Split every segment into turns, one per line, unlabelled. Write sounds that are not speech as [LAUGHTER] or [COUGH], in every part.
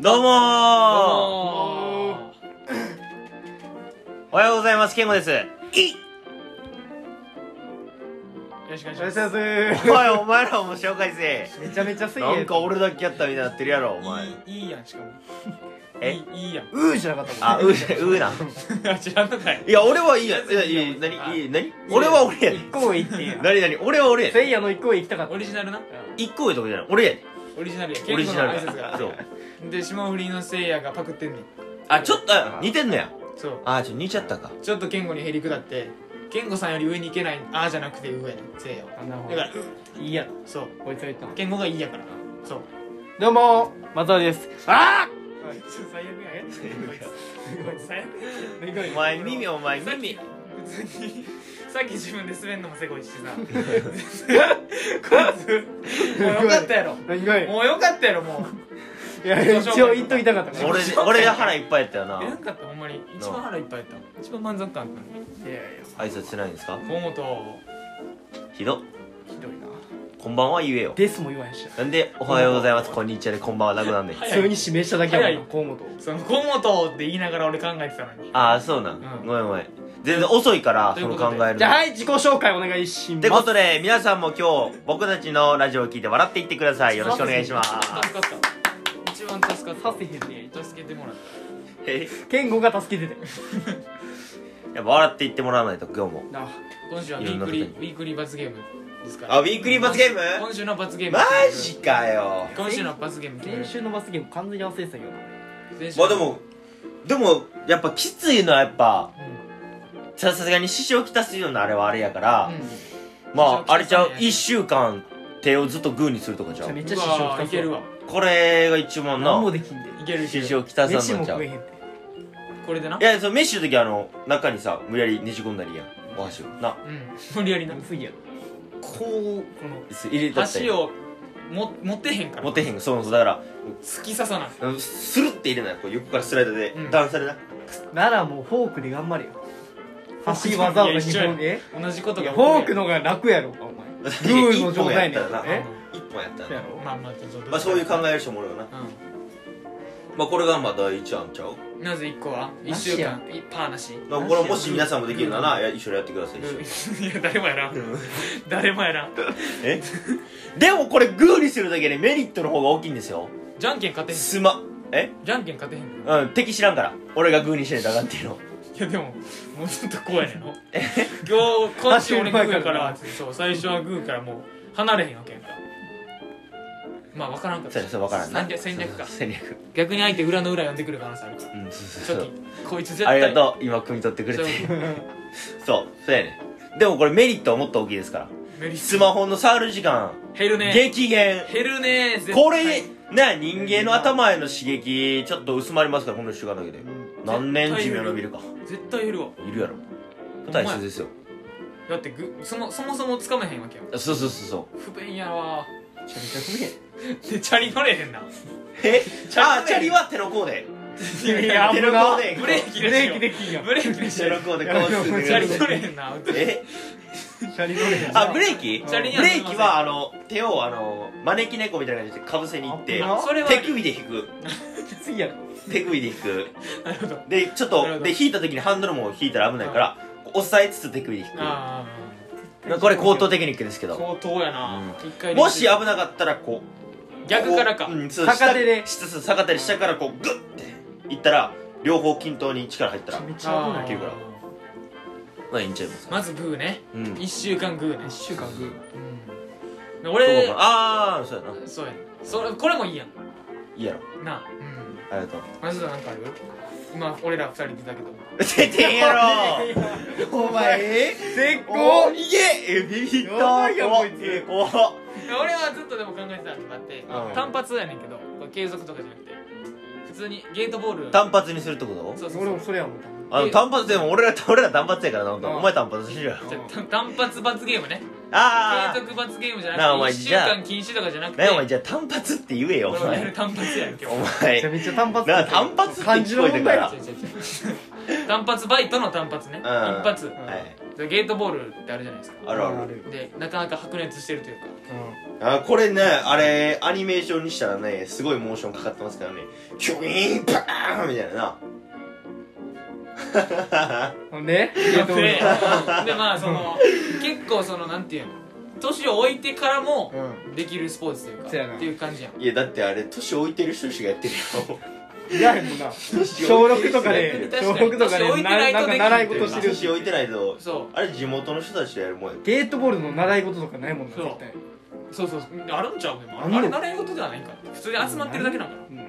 どうもー
お
おはようございます、ケンゴです。
よろしくお願いしま
お願いし
す
ます
おい、お前らも紹介せ
めちゃめちゃせ
え。
い
[LAUGHS] なんか俺だけやったみたいになってるやろ、お前。
いいいいやんしかも
え
いいいいやん
うーじゃなかった
あ、
もん
う
ね
ー、うーな。
知らんのか
[LAUGHS]
い
いや、俺はいいや。い
いや
や、いや、な
あ
に、いい、なに俺は俺やで
一。行為っていう
なになに俺は俺やで。
せいやの一行為行きたかった
オリジナルな
一個上とかじゃない。俺やで。
オリジナルや
オリジナル
結構の挨拶
や。
が
そう。
で霜降りのせいやがパクってんねん
あ、ちょっと、あ似てんのや。
そう
あ、ちょ、似ちゃったか。
ちょっと健吾にへりくだって健吾さんより上に行けないああじゃなくて上やねんせいやは
あなるほ
だ
ど
から
いいや
そう
こいつが言ったの
健吾がいいやからそう
どうもー松尾ですあ
最悪や最悪
ー
お前耳、お前耳。
普通にさっき自分で滑んのもせこいしさこいつもうよかったやろ
何がい
もうよかったやろも
[LAUGHS]
う
いや一応言っときたかった
俺で、俺で腹いっぱいやったよな
え。なんかったほんまに一番腹いっぱいやった一番満足感あったの
いやいや
挨拶してないんですか
河本
ひどっ。
ひどいな
こんばんは言えよ。
ですも言わへんし
なんで、おはようございます、こんにちはで、こんばんはなくなんねん。
はい
普通に指名しただけやもん
早
な河本を
その河本って言いながら俺考えてたのに
ああそうなん、
うん
ごめんごめん全然遅いから
とい
そうの
こと
考
で
える
じゃあ
の
はい自己紹介お願いし
って
ま
こ
す
とで皆さんも今日僕たちのラジオを聞いて笑っていってくださいよろしくお願いします
助かった一番助か
さ
っ
せへんね
た助けてもらった
え
健吾が助けてて
やっぱ笑っていってもらわないと今日も
なあ
今週はいウィ
ろんな
ー
こ
ク
とに
リーウィークリー罰ゲームですから
あウィークリー罰ゲーム
今週の罰ゲーム
マジかよ
今週の罰ゲーム決める
先週のバスゲーム完全に忘れてたけどな
先週
まあでもでもやっぱきついのはやっぱ
うん
ささすがに支障をきたすようなあれはあれやか
う
ら、
ん
まああれ
支
ちゃう
障をきたすね
1週間手をずっとグーにするとかじゃ
め
う
っちゃ支
うわ
障
ーいけるわ
これが一番
何も
な
できんで
いけるい
支
ける
障をきたさ
飯
んの
も
ちゃ
食
う
えへんって
これでない
やその飯の時あの中にさ無理やりねじ込んだりやんお箸をな
うん無理やりな
飲みすぎやろ
こうこの
入れたった
箸
よ
をも持てへんから
持てへんそうそうだから
突き刺さない
うんスルって入れないこう横からスライドで
うん
段差でな
ならもうフォークで頑張れよ箸技を日本で
同じこと
い
が
や
起
フ
こるやん
ォークの方が楽やろお前グーの状
一本やっ
態ね
たらな
え
一本やった
そうや
な
ろ
まあまあちょっと
まあそういう考える人もおるよなまあこれがまあ第一案ちゃう
うんなぜ1個は1
なし
週
や
間
ん
いパーなし [LAUGHS]
まあこれもし皆さんもできるならいや一緒にやってください一緒に
うんいや誰もやらん誰もやらん
え [LAUGHS] でもこれグーにするだけでメリットの方が大きいんですよ
じゃんけん勝てへん
すまえ
じゃんけん勝てへんい
うん敵知らんから俺がグーにしてたかっていうの
やでももうちょっと怖いねんの今日今週俺グーからそう最初はグーからもう離れへんわけやんかまあ分からんかった
それそう分からんな
戦略戦略
そ
か
うそう戦略
逆に相手裏の裏呼んでくる可能性あるから
うんそう
ち
そう
ょ
そ
っ
う
とこいつ絶
あ
対
りがとう今汲み取ってくれて
そう
そうそうやねでもこれメリットはもっと大きいですから
メリット
スマホの触る時間
減るね
激減
減るね絶対
これな人間の頭への刺激ちょっと薄まりますからこの1週間だけで何年寿命伸びるか
絶対減るわ
いるやろ
ほんま
大
や
切ですよ
だってぐそもそもそもつかめへんわけよ
そうそうそうそ
不便やわ
めちゃめちゃ不便
でチャリ乗れへんな
うえ
チャリ
あチャリは手の甲で
いや
手
危
の甲
な
で
ブレーキ
ブレーキできんやん
ブレーキでし
手
ょ
の甲でこうす
チャリ
る
乗れへんな
え
シャリ乗れへん
あブレーキ
チャリに
ブレーキはあの手をあの招き猫みたいな感じでかぶせに行って
危な
それは
手首で引く
きついやろ
手首で引く
なるほど
でちょっ
なる
と
ほど
で引いた時にハンドルも引いたら危ないからこう押さえつつ手首で引く
あ
これ高等テクニックですけ
あ
ど
高等やな一回
もし危なかったらこう
逆からか
こううん、そう
逆手で
下下そう逆手で下からこうグッていったら両方均等に力入ったら
めっちゃ危
あ
ない
けるからまあいいんちゃいますか
まずグーね
うん
一週間グーね
1週間グー
うん俺
そうかああそうやな
そうやねそれこれもいいやん
いいやろ
なあうん
ありがとう [LAUGHS]
マジでなんかある今俺ら二人出たけど
出てんやろお前
絶
お
好
ーいけえビビった
やばいやんこいつ
おお
俺はずっとでも考えてたのがあって
うん
単発やねんけどこれ継続とかじゃなくて普通にゲートボール
単発にするってこと
そうそう
俺
そ
も
う
それやもん多分
あの単発でも俺ら俺ら単発やからなほんと
うん
お前単発しろよ
じゃあ単単発罰ゲームね
あ
継
あ
続罰ゲームじゃ
なあお
な
前
くて1週
じゃあ
間禁止とかじゃなくて
何お前じゃあ単発って言えよ
俺
お
もやる
前
単発やん今
お
日
めちゃ
前
めちゃ単発
なあ単発って
漢字
聞こ
の
えて
問
か
題
ら
や
違う違う違う単発バイトの単発ね一発
はい
でゲートボールってあるじゃないですか
あるある
でなかなか白熱してるというか
あこれねあれアニメーションにしたらねすごいモーションかかってますからねキュイーンパーンみたいなな
うんうんで
でうんでまあその結構そのなんていうの年を置いてからも
う
できるスポーツというか
そうやな
っていう感じやん
いやだってあれ年置いてる人しかやってる
[LAUGHS]
よ
んやへんもんな小6とかで小6とかでななんか習い事してる
年
し
置いてないと
そ
あれ地元の人たちでやるもんや
ゲートボールの習い事とかないもんな
そう
絶対
うそうそうそうあるんちゃうでも
あんの
あれ習い事ではないんか普通に集まってるだけなんかな
うん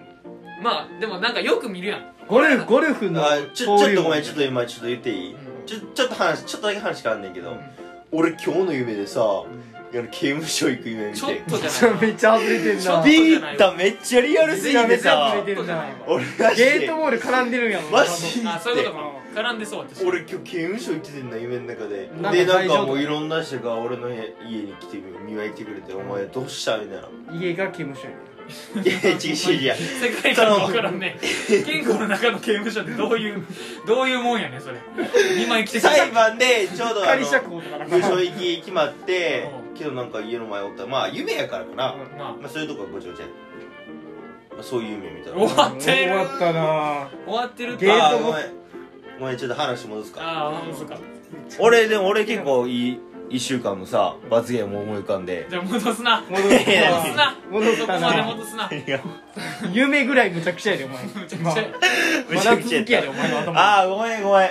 まあでもなんかよく見るやん
ゴルフゴルフの
あちょちょっとごめんちょっ
っ
と今ちょっと言っていい、
うん
ちょちょっと話ちょっとだけ話変わんねんけど、
うん
俺今日の夢でさ、あの刑務所行く夢見て
ちょっとじゃない
めっちゃ外れてん
ちょっ
な
と
ビータめっちゃリアルすぎ
め
て
っちゃ
さ
外れてんな
俺マジで
ゲートボール絡んでるんやもん
マジで
あそういうことか絡んでそう私
俺今日刑務所行っててんな夢の中で
なんか
でなん
大丈
か
夫
もういろんな人が俺の部家に来て見舞い来てくれて「お前どうした?」みたい
[LAUGHS]
な「
家が刑務所や
いや違う違う違う
世界観分からんね健康の中の刑務所ってどう
[LAUGHS]
いうどういうもんやねんそれ2枚来てくれ
裁判でちょうどあ
仮
の
釈放とかなんか
無償行き決まって
うん
けどなんか家の前おったらまあ夢やからかな、
う
ま
ん
まあ、そういうとこはごちゃごちゃ、まあ、そういう夢みたい
あ
な
終わって
終
る
わったな
終わってるって
ゲ
あ
ー
あ
ト
ー
ボ
ごめんごめんちょっと話戻すか
ああそうか
俺でも俺結構いい1週間のさ罰ゲーム思い浮かん
[LAUGHS]
で
じゃあ戻すな
戻っ
や
戻す [LAUGHS]
た
な
戻っ
そこ
た
まで
な
戻すな
夢ぐらいむちゃくちゃやでお
[LAUGHS]
前
むちゃくちゃ
め
ま
ち
だ
ゃく
続
ちゃやっ
き
た
やでお前の頭
ああごめんごめん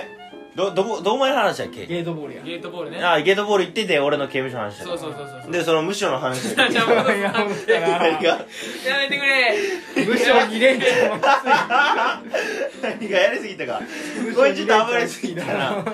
どどこどう前の話だっけ
ゲートボールや
ゲートボールね
ああゲートボール行ってて俺の刑務所の話だ
そうそうそうそう
でその無償の話
[LAUGHS]
だっ
じゃあ戻す
いや
な
戻った [LAUGHS] な
何が
やめてくれ
無償に連長
何がやりすぎたかこれちょっと暴れすぎたな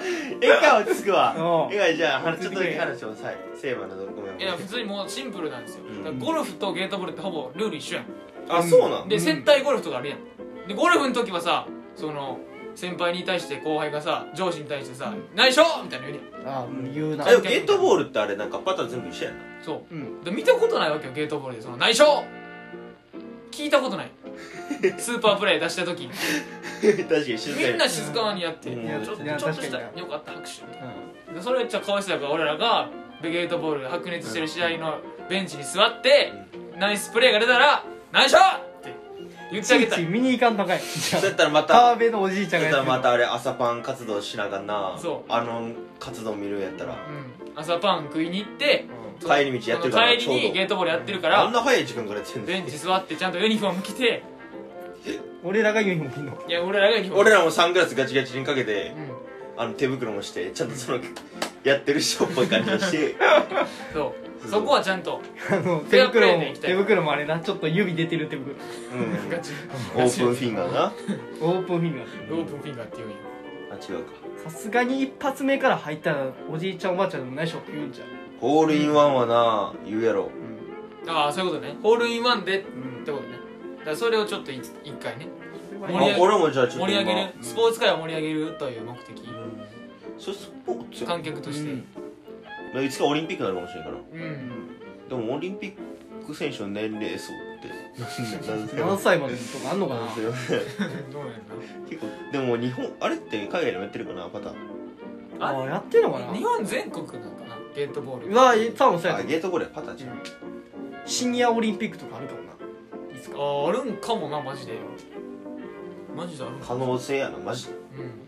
笑顔つくわ
うん
笑顔じゃあちょっとだけ話をさセーバーのとこごめん
いや普通にもうシンプルなんですよ
うん
だからゴルフとゲートボールってほぼルール一緒やん
あそうなん
で
うん
接待ゴルフとかあるやんでゴルフの時はさその先輩に対して後輩がさ上司に対してさ「内緒!」みたいなの言うねん
あ言うな
えでもゲートボールってあれなんかパターン全部一緒やな [LAUGHS]
そう
うん
で見たことないわけよゲートボールでその内緒聞いたことない
[LAUGHS]
スーパープレイ出した時
確かに静
みんな静かにやって、
うん
いやちょ
いや
ちょっと
確
し
か
た
に
よかった拍手
う
でそれめっちゃかわいそうやから俺らがでゲートボールで白熱してる試合のベンチに座って、ナイスプレーが出たら「内緒!」って言
ん
ってあげた
ちい
い
ち見に行かんのかいじゃ
そうやったらま
あ
た
川辺のおじいちゃんが
やったら
やってる
またあれ朝パン活動しながらな
そう
あの活動見るんやったら
うん、朝パン食いに行って
う
帰り道やってるから
その帰り
ちょうど
にゲートボールやってるから、
あんな早い時間からやってん
ベ
ね
ンチ座ってちゃんとユニフォーム着て
ん俺らがユニフォーム着ん
[LAUGHS]
の
いや俺らがユニフォーム
俺らもサングラスガチガチにかけて
うん
あの手袋もしてちゃんとそのやってる人っぽい感じにして
そうそこはちゃんと
あの
フェ
手
アプレ
袋
ー
も
で行きたい
手袋もあれなちょっと指出てる手
う
袋
ん
ガチ
オープンフィンガーなあ
オープンフィンガー
ロープンフィンガーって言うん
違
よ
うか
さすがに一発目から入ったらおじいちゃんおばあちゃんでもないしょって言うんじゃん
ホールインワンはな言うやろ
ああそういうことねホールインワンでって
うん
ことねだからそれをちょっとい一回ね
そ
あ
れ
盛り上げ
は
る
俺もじゃあちょ
盛
っと
り上げ
今
るスポーツ界を盛り上げるという目的
そうスポーツや
観客として
うん
まあいつかオリンピックになるかもしれんから
うん、
でもオリンピック選手の年齢層っ
[LAUGHS]
て何歳
何歳までとかあんのかな
なんすよね
どうやん
結構でも日本あれって海外でもやってるかなパターン
な
ああやってんのか
[LAUGHS] あ日
な
本全国なんかなゲートボール
うわ多分そうや
あ
と思
ゲートボールやパターンじゃん
うシニアオリンピックとかあるかもないつか
ああるんかもなマジでマジであるんか
可能性やなマジで
うん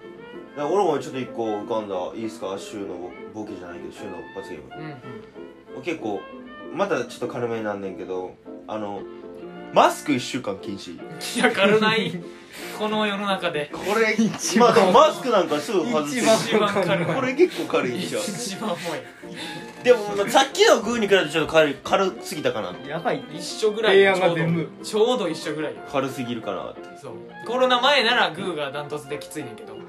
だから俺もちょっと一個浮かんだいいっすか週のボケじゃないけど週の罰ゲーム
うんうん
結構まだちょっと軽めになんねんけどあのマスク1週間禁止
いや軽ないこの世の中で
これ
一
ま
番
あでもマスクなんかすぐ外す
一番
一番軽い
これ結構軽いでしょ
一番重
でもまあさっきのグーに比べてちょっと軽い軽すぎたかな
やばい
い一緒ぐらい
提案
ち
が
ょうど
全部
ちょうど一緒ぐらいよ
軽すぎるかなって
そうコロナ前ならグーがダントツできついねんけど
うん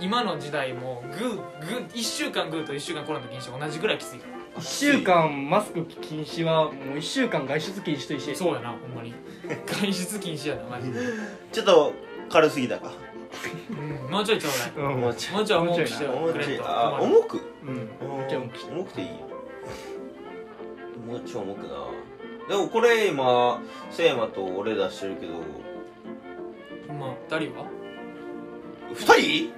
今の時代もうグーグー1週間グーと1週間コロナの禁止同じぐらいきついから
1週間マスク禁止はもう1週間外出禁止と一緒や
そうやなほんまに外出禁止やなマジで、
ちょっと軽すぎたか
うん、もうちょいちょうだい
うん
もうちょい
もうちょい重くして
重
くれんと
あ
困る
重く
うん
重
ちょい重くして
重くていいよもうちょい重くなでもこれ今せいまと俺出してるけど
ほんまダリは
二人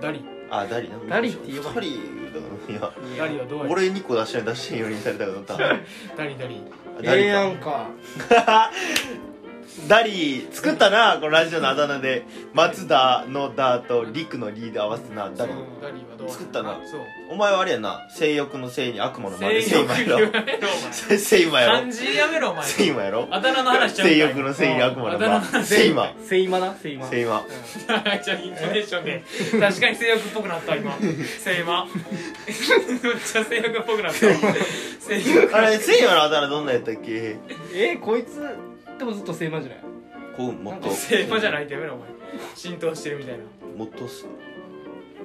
ダリ
あダリな
ダリって言わ
ダ
な
リ
い
いや
ダリはどうや
俺2個出して出してんようにされたかと思った
ダリダリ
ダ
ええ
リか
やんか
ダリ作ったなこのラジオのあだ名で松田のダーとリクのリーで合わせてなダリ
そうダリはどう
作ったな
そう
お前はあれやな性欲の性に悪魔の魔で
性
性
欲
魔
や
や
めろ
ろ性魔やろ
[LAUGHS] 漢字やめろお前
性魔やろ
あだ名の話ちゃうん
性
かい
欲の性に悪魔の
あだ名の
魔
話
性魔
セイマなセイマ
性魔
じゃあイントネーションで確かに性欲っぽくなった
[LAUGHS]
今性魔めっちゃ性欲っぽくなった性欲
あれ性魔のあだ名どんなんやったっけ
えー、こいつでもずっとセイマじゃない
こうもっと
なんか
性魔じゃないってやめろお前浸透してるみたいな
もっとす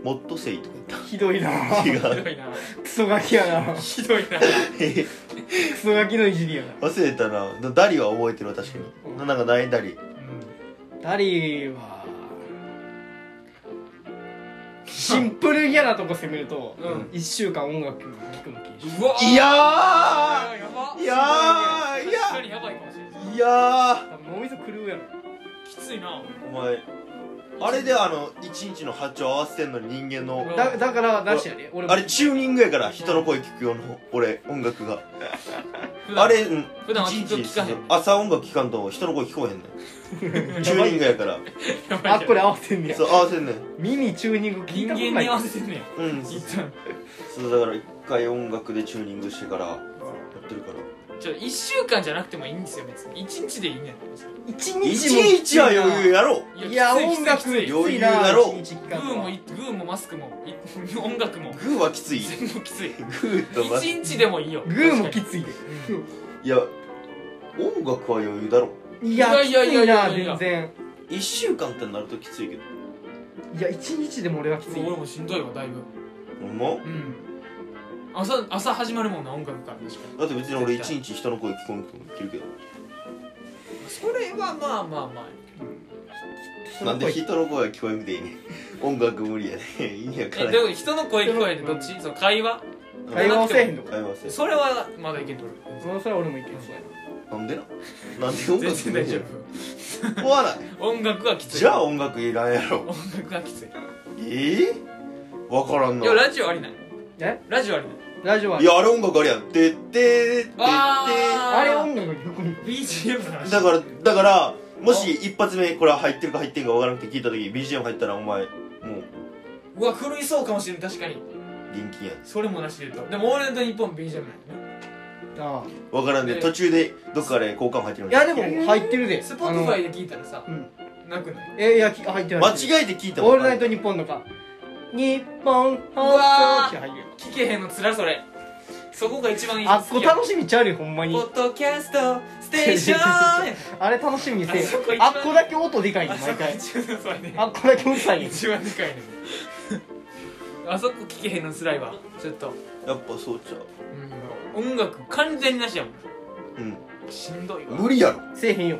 もっと性とか
ひどいな
言った違う [LAUGHS]
ひどいな
クソガキやなク
ひどいな
ソガキのいじりやな
忘れたなだダリは覚えてるわ確かになんかないダリ
うん
ダリーはシンプル嫌なとこ攻めると、
うん
一1週間音楽聴くの禁止
うわー
いやー
やば
いやーいや
確かにやばいかもしれない
いや
多分脳みそ狂うやろ
きついな
ーお前あれであの一日の波長合わせてんのに人間の
だだからなしやで俺も
あれチューニングやから人の声聞くような俺音楽が
普段
あれうん
普段はきっ
一
と
日
聞かへん
朝音楽聞かんと人の声聞こえへんねんチューニングやから
やばい
あ
や
これ合わせんねや
そう合わせんねん
耳チューニング聞い
人
たこと
間
な
に
い
合わせてんねや
うん
きっと
そうだから一回音楽でチューニングしてからやってるから
ちょ1週間じゃなくてもいいんですよ別に1日でいいねん
一
一
日も
日は余裕やろ
い
いや
きつい
音楽
きついきつい
よ
グ
余裕だろ
一日聞かん
ー
の
も
はい
グーもマスクも [LAUGHS] い音楽も
グーはきつい
全部きつい
グーとマスい
1日でもいいよ
グーもき
つ
ついで
や音楽は余裕だろ
い
や
や
い
きつ
やいや
い
いや
な
や
い
いや
全然
1週間ってなるときついけど
いや一日でも俺はきつい
俺もしんどいわだいぶ
ほんま
うん朝朝始まるもんな音楽から確かに
だって別に俺一日人の声聞こえんくてもいけるけど
それはまあまあまあ
そ
なん
の
で
声
人の声は聞こえんくていいねん音楽無理やねん意味わから
え
ん
でも人の声聞こえてどっちその会話
会話をせえへんのか
会話せ
それはまだいけんとる
そそれは俺もいけんそうや
なんでななんで音楽
全然大丈
夫思わない
夫音楽はきつい
じゃあ音楽いらんやろ
音楽はきつい
ええわからん
い
な
や
い
ラジオありない
え
ラジオありない
ラジオは
やあれ音楽あれやんてってってって
あ
だ
ー
あれ音楽の曲に
BGM の話
からだからもし一発目これ入ってるか入ってんかわからなくて聞いた時 BGM 入ったらお前もう
うわ狂いそうかもしれん確かに
現金や
それもなしで言うとでも「オールナイトニッポン」BGM ないね
あ
わからんで、
ええ
途中でどっかで交換入ってるの
あい
に
やでも入ってるで
ス
ス
ポ
ポ
ティファイで聞いたらさ
うん
なくない
えいやき入ってる
間
入ってる
違えて聞いたもん
オールナイトニッポンとか日本放送って入るよ
聞けへんのつらそれそこが一番いい
あっこ楽
し
しみちゃうよほんまに
ポッドキャストステーションあ
あれ楽しみにせえ
あそこ一
あ
番
っこだけ音でかいよ
そ
毎
こ
回
一番それね
あっこだけうるさいよ
一番でかいねあそこ聞けへんのつらいわちょっと、
やっぱそうちゃう
うん、音楽完全になしやもん
うん
しんどいわ
無理やろ
せえへんよ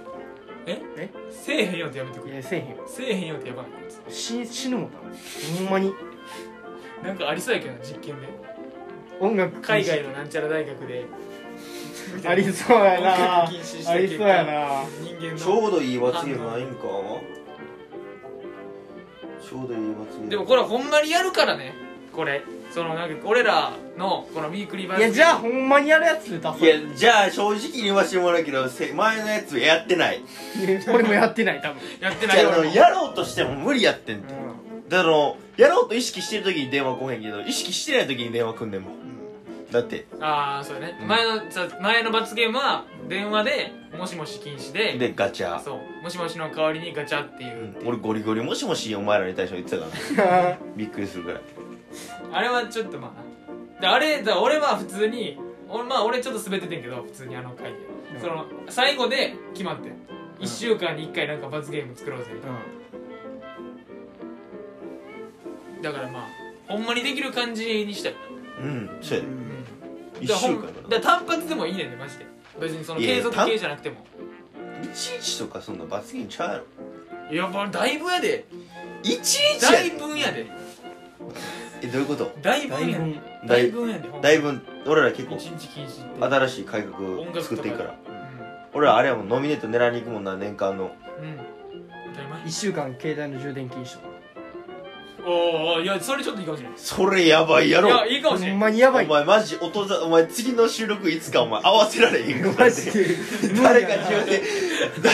せえへんよってやめてく
い
れ
やせえへんよ
せえへんよってやばい
し死ぬもんなほんまに
なんかありそうやけどな実験で
音楽禁
海
止
外のなんちゃら大学で
[LAUGHS] ありそうやな
音楽禁止した結果
ありそうやな
人間
ち
の
ょうどいい罰ゲームないんかちょうどいい罰ゲーム
でもこれはほんまにやるからねこれそのなんか俺らのこのウィークリーバ
いやじゃあほんまにやるやつで出
い
そう
やじゃあ正直に言わしてもらうけどせ前のやつやってない
俺もやってない多分
やってない
じゃ
よ
ああの
俺も
やろうとしても無理やってんて、だからあのやろうと意識してる時に電話来へんけど意識してない時に電話来んねんもんだって
ああそうやね、
うん
前のさ前の罰ゲームは電話でもしもし禁止で
でガチャ、
そうもしもしの代わりにガチャっていうう、
ん俺ゴリゴリもしもしお前らに対して言ってたからびっくりするから
あれはちょっとまあであれだから俺は普通に俺まあ俺ちょっと滑っててんけど普通にあの回で、
うん
その最後で決まってん1週間に1回なんか罰ゲーム作ろうぜみたいなだからまあほんまにできる感じにしたい、
うんそうやで
うん、
1週間
だ
か
から単発でもいいねんねマジで別にその
いやい
継
や
続
単
系じゃなくても
ないちいちとかそんな罰ゲームちゃうやろ
いやもうだいぶやで
いちいちや
だ
で
いぶんやで
えどういうこと
だいぶ
大
んやで
分
だ
だ
い
い
ぶんやでほんま
だいぶ俺ら結構
一日禁止って
新しい改
音楽と
革
か
作っていくから
う
俺らあれやもんノミネート狙いに行くもんな年間の
ん、うん、当たり前
1週間携帯の充電禁止とか
おーおーいやそれちょっといいかもしれない
それやばいやろ
いやいいかもし
ほ
れ
ん
ない
まにやば
お
い
前マジ音ざお前次の収録いつかお前合わせられへんぐら
マ
い
ジ
で
で
誰か自分
[LAUGHS]
で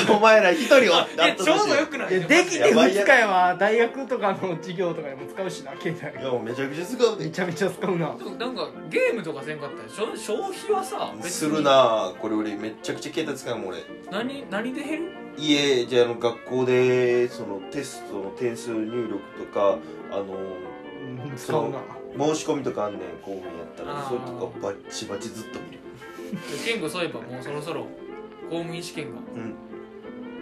だお前ら一人おっ
い
てあ
や
っ
ちょうどよ
い
くない
いやできて2日やわ大学とかの授業とかでも使うしな携帯
いやもうめちゃくちゃすご
め
い
ちゃめちゃ使うな
でもなんかゲームとかせんかったでしょ消費はさ別に
するなこれ俺めっちゃくちゃ携帯使うもん俺
何何で減る
家じゃあの学校でそのテストの点数入力とかあの
うん使うな
申し込みとかあんねん公務員やった
あ
ら
ー
それとかバッチバチずっと見る
健吾そういえばもうそろそろ公務員試験が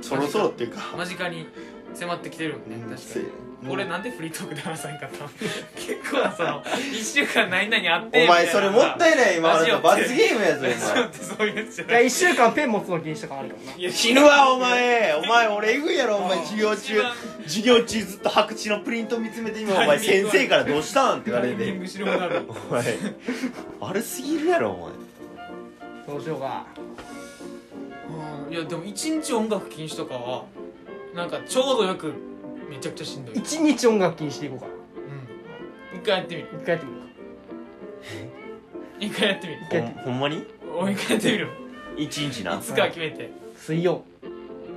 そろそろっていうか
間近に迫ってきてるんね
うん
確か
せ
に
やもう
俺なんでフリートークで話さんかったの [LAUGHS] 結構なその1週間何々あって
お前それもった
い
いない今あ
ラ
な
ジオ
た
って
罰ゲームやぞ
ないなラジオ
お
って [LAUGHS] そういうやつじゃ
いや
ない
1週間ペン持つの禁止とかあるからない
や
前死ぬわお
[LAUGHS]
前お前俺えぐいやろお前授業中
一番
授業中ずっと白紙のプリント見つめて今お前先生からどうしたんって言われ
タイミン
て
グしろなる
お前
[LAUGHS]
悪すぎるやろお前
どうしようか
うんいやでも1日音楽禁止とかはなんかちょうどよくめちゃくちゃしんどい、うん、
1日音楽禁止していこうか
一回やってみる
一回やってみるか
一回やってみる
ほんほんまに
お一回やってみる
一日
い
な
つか決めて
水曜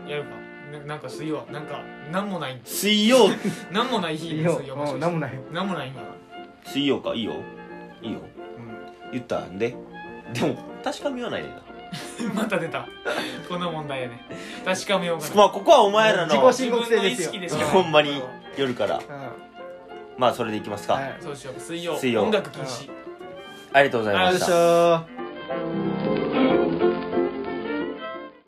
やるかななんか水曜はなんかなんもない
水曜
なんもない日
水
で
曜
すよもし
うん
か
なん
し
もないよ
てなんもないんかな
水曜かいいよいいよ
うん
言ったんででも確かめようないでな
[LAUGHS] また出たこの問題やね確かめようかな
まあここはお前ら
自己
の
申告制です
自
よ
分の意識でしかない
ほんまに夜から
うん
まあそれでいきますか、
はい
そうしよう水曜
水曜
音楽禁止
ありがとうござい
あ
ま
り
よ
し
い
た
しょー